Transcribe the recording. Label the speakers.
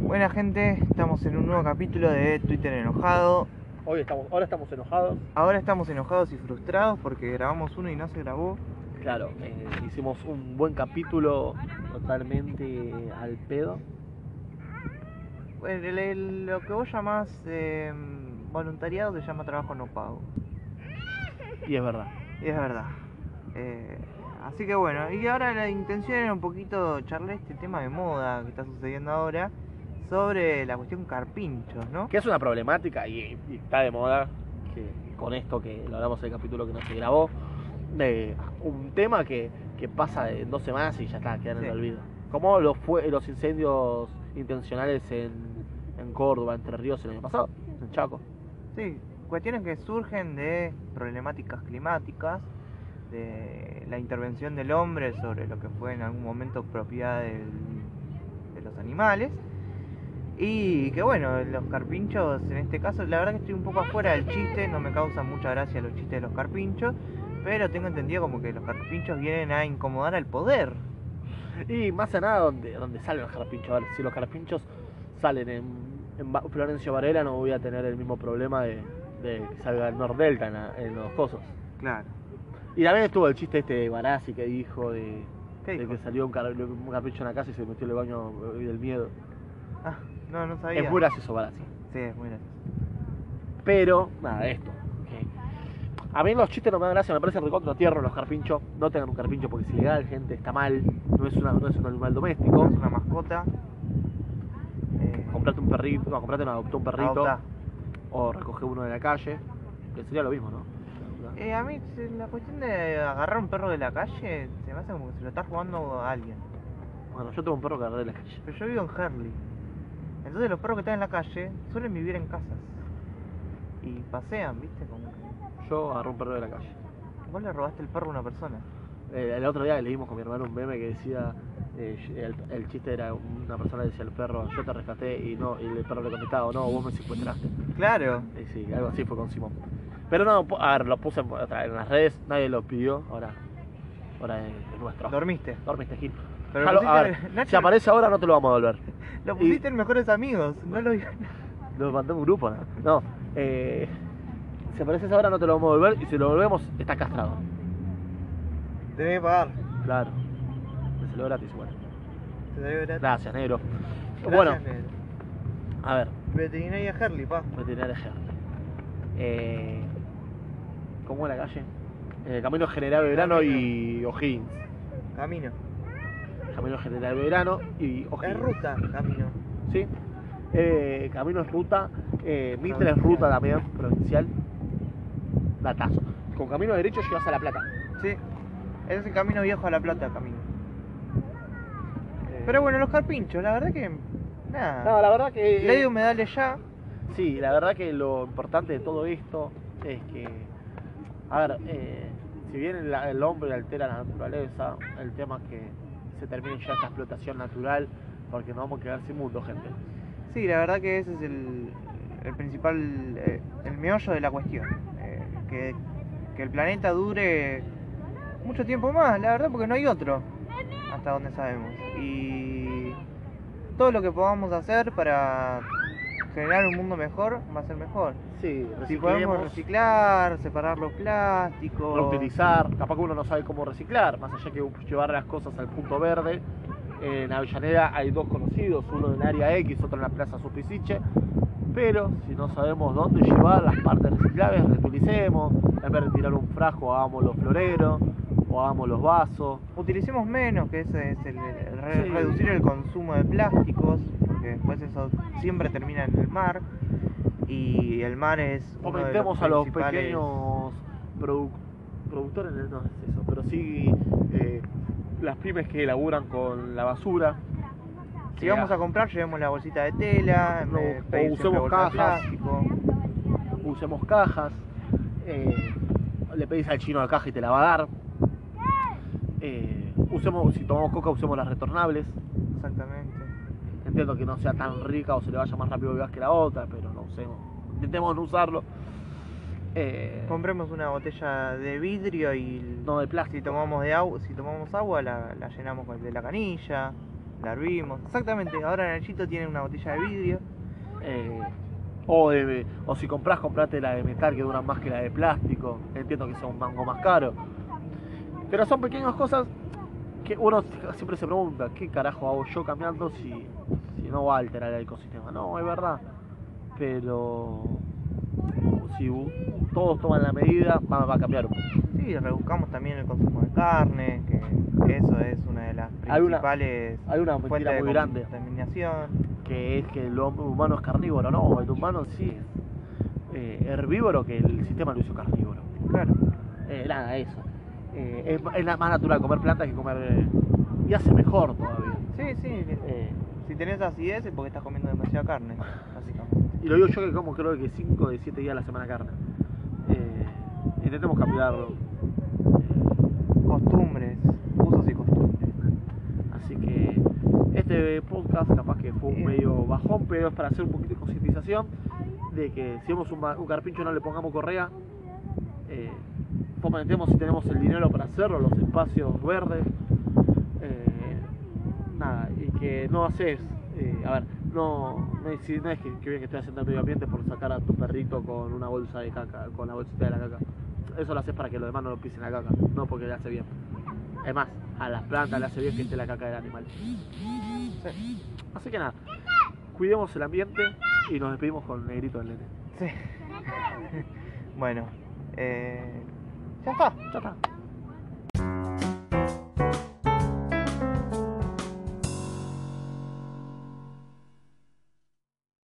Speaker 1: Buena gente, estamos en un nuevo capítulo de Twitter enojado.
Speaker 2: Hoy estamos, ahora estamos enojados.
Speaker 1: Ahora estamos enojados y frustrados porque grabamos uno y no se grabó.
Speaker 2: Claro, eh, hicimos un buen capítulo totalmente al pedo.
Speaker 1: El- el- el- lo que vos llamás eh, voluntariado se llama trabajo no pago.
Speaker 2: Y es verdad.
Speaker 1: Y es verdad. Eh, así que bueno, y ahora la intención era un poquito charlar este tema de moda que está sucediendo ahora sobre la cuestión carpinchos, ¿no?
Speaker 2: Que es una problemática y, y está de moda. Que con esto que lo hablamos en el capítulo que no se grabó. De un tema que, que pasa de dos semanas y ya está, quedan en
Speaker 1: Sí.
Speaker 2: el olvido. Como los, fue, los incendios intencionales en, en Córdoba, Entre Ríos el año pasado, en Chaco.
Speaker 1: Sí, cuestiones que surgen de problemáticas climáticas, de la intervención del hombre sobre lo que fue en algún momento propiedad del- de los animales. Y que bueno, los carpinchos en este caso, la verdad que estoy un poco afuera del chiste, no me causan mucha gracia los chistes de los carpinchos, pero tengo entendido como que los carpinchos vienen a incomodar al poder.
Speaker 2: Y más que nada donde, donde salen los carpinchos. A ver, si los carpinchos salen en, en Va- Florencio Varela no voy a tener el mismo problema de, de que salga el Nordelta en, la- en los cosos.
Speaker 1: Claro.
Speaker 2: Y también estuvo el chiste este de Barassi que dijo de,
Speaker 1: ¿Qué
Speaker 2: de
Speaker 1: dijo?
Speaker 2: que salió un, car- un carpincho en la casa y se metió en el baño eh, del miedo.
Speaker 1: Ah, no, no sabía.
Speaker 2: Es muy gracioso Barassi.
Speaker 1: Sí, es muy gracioso.
Speaker 2: Pero, nada, esto. que A mí los chistes no me dan gracia, me parecen recontra tiernos los carpinchos. No tengan un carpincho porque es ilegal, gente, está mal. No es, una, no es un animal doméstico.
Speaker 1: Es una mascota. Eh,
Speaker 2: Comprate un perrito, no, comprate no, adoptó un perrito.
Speaker 1: adoptá.
Speaker 2: o recoge uno de la calle, que sería lo mismo, ¿no?
Speaker 1: Eh, a mí se- la cuestión de agarrar un perro de la calle se me hace como que se lo está jugando a alguien.
Speaker 2: Bueno, yo tengo un perro que agarré de la calle.
Speaker 1: Pero yo vivo en Herley. Entonces los perros que están en la calle suelen vivir en casas. Y pasean, ¿viste? Como que...
Speaker 2: Yo agarré un perro de la calle.
Speaker 1: Vos le robaste el perro a una persona.
Speaker 2: Eh, el otro día leímos con mi hermano un meme que decía, eh, el, el chiste era una persona que decía al perro, yo te rescaté y no, y el perro le contestaba, no, vos me secuestraste.
Speaker 1: Claro.
Speaker 2: Y sí, algo así fue con Simón. Pero no, po- a ver, lo puse en, otra- en las redes, nadie lo pidió, ahora, ahora es, es nuestro.
Speaker 1: Dormiste.
Speaker 2: Dormiste, Gil.
Speaker 1: Pero
Speaker 2: Ya lo- a
Speaker 1: pusiste-
Speaker 2: ver,
Speaker 1: Nacho-
Speaker 2: si aparece ahora no te lo vamos a devolver.
Speaker 1: Lo
Speaker 2: y-
Speaker 1: pusiste en mejores amigos. No lo vi.
Speaker 2: Lo mandó un grupo, ¿no? No, eh, si apareces ahora no te lo vamos a volver y si lo volvemos está castrado.
Speaker 1: Te debe pagar.
Speaker 2: Claro. Se lo gratis igual.
Speaker 1: Te debe gratis.
Speaker 2: Gracias, negro.
Speaker 1: Gracias,
Speaker 2: bueno,
Speaker 1: negro.
Speaker 2: a ver,
Speaker 1: Veterinaria Herley, pa.
Speaker 2: veterinaria Henry. Eh, ¿Cómo es la calle? Eh, Camino General Verano y O'Higgins.
Speaker 1: Camino.
Speaker 2: Camino General Verano y O'Higgins.
Speaker 1: Es ruta, camino.
Speaker 2: Sí. Eh, camino es ruta, eh, Mitre es ruta también, provincial. Datazo. Con camino derecho llegas a La Plata.
Speaker 1: Sí. Es el camino viejo a La Plata, camino. Pero bueno, los carpinchos, la verdad que.
Speaker 2: No,
Speaker 1: Nada.
Speaker 2: la verdad que.
Speaker 1: Le doy humedales ya.
Speaker 2: Sí, la verdad que lo importante de todo esto es que. A ver, eh, si bien el, el hombre altera la naturaleza, el tema es que se termine ya esta explotación natural, porque nos vamos a quedar sin mundo, gente.
Speaker 1: Sí, la verdad que ese es el, el principal. eh, el meollo de la cuestión. Eh, que, que el planeta dure mucho tiempo más, la verdad, porque no hay otro. Hasta donde sabemos. Y. Todo lo que podamos hacer para generar un mundo mejor va a ser mejor.
Speaker 2: Sí,
Speaker 1: Si podemos reciclar, separar los plásticos.
Speaker 2: reutilizar, capaz que uno no sabe cómo reciclar, más allá que llevar las cosas al punto verde. En Avellaneda hay dos conocidos, uno en área X, otro en la Plaza Supisiche. Pero si no sabemos dónde llevar las partes reciclables, reutilicemos. En vez de tirar un frasco, hagamos los floreros o hagamos los vasos.
Speaker 1: utilicemos menos, que ese es el, el re-
Speaker 2: Sí.
Speaker 1: reducir el consumo de plásticos, porque después eso siempre termina en el mar y el mar es uno de
Speaker 2: Fomentemos a los
Speaker 1: principales-
Speaker 2: pequeños produ- productores, no es eso, pero sí eh, las pymes que elaboran con la basura.
Speaker 1: Si vamos a comprar llevemos la bolsita de tela, en
Speaker 2: No,
Speaker 1: vez de
Speaker 2: o
Speaker 1: pedir siempre
Speaker 2: usemos
Speaker 1: bolsa de
Speaker 2: cajas.
Speaker 1: plástico.
Speaker 2: usemos cajas, eh, le pedís al chino la caja y te la va a dar. Eh, usemos, si tomamos coca, usemos las retornables.
Speaker 1: Exactamente.
Speaker 2: Entiendo que no sea tan rica o se le vaya más rápido vivas que la otra, pero no usemos. Intentemos no usarlo. Eh,
Speaker 1: Compremos una botella de vidrio y
Speaker 2: no de
Speaker 1: si
Speaker 2: plástico.
Speaker 1: tomamos de agua, si tomamos agua la, la llenamos con- de la canilla. la hervimos. Exactamente, ahora Nachito tiene una botella de vidrio.
Speaker 2: Eh, o, de- o si compras, comprate la de metal que duran más que la de plástico. Entiendo que sea un mango más caro. Pero son pequeñas cosas que uno siempre se pregunta, ¿qué carajo hago yo cambiando si, si no va a alterar el ecosistema? No, es verdad. Pero si u- todos toman la medida, va, va a cambiar un poco.
Speaker 1: Sí, rebuscamos también el consumo de carne, que eso es una de las
Speaker 2: Hay una-
Speaker 1: principales
Speaker 2: Hay una
Speaker 1: fuentes
Speaker 2: mentira
Speaker 1: de
Speaker 2: muy grande.
Speaker 1: contaminación.
Speaker 2: que es que el hombre humano es carnívoro, no, el humano sí es eh, herbívoro que el sistema lo hizo carnívoro.
Speaker 1: Claro,
Speaker 2: Eh, nada, eso. Eh, es, ma- es la- más natural comer plantas que comer... eh, y hace mejor todavía.
Speaker 1: sí, sí,
Speaker 2: Eh,
Speaker 1: si tenés acidez es porque estás comiendo demasiada carne, básicamente.
Speaker 2: y lo digo yo que como creo que 5 de 7 días a la semana carne. Eh, intentemos cambiarlo. Eh,
Speaker 1: Costumbres, usos y costumbres.
Speaker 2: así que este podcast capaz que fue un
Speaker 1: Eh.
Speaker 2: medio bajón, pero es para hacer un poquito de concientización de que si vemos un, ma- un carpincho no le pongamos correa, eh, fomentemos si tenemos el dinero para hacerlo, los espacios verdes, eh, nada, y que no haces, eh, a ver, no, no es, no es que, que bien que estoy haciendo el medio ambiente por sacar a tu perrito con una bolsa de caca, con la bolsita de la caca. Eso lo haces para que los demás no lo pisen la caca, no porque le hace bien. Es más, a las plantas le hace bien que esté la caca del animal.
Speaker 1: Sí,
Speaker 2: Así que nada, cuidemos el ambiente y nos despedimos con el negrito del nene.
Speaker 1: sí. Bueno, eh, ya está.
Speaker 2: Ya está.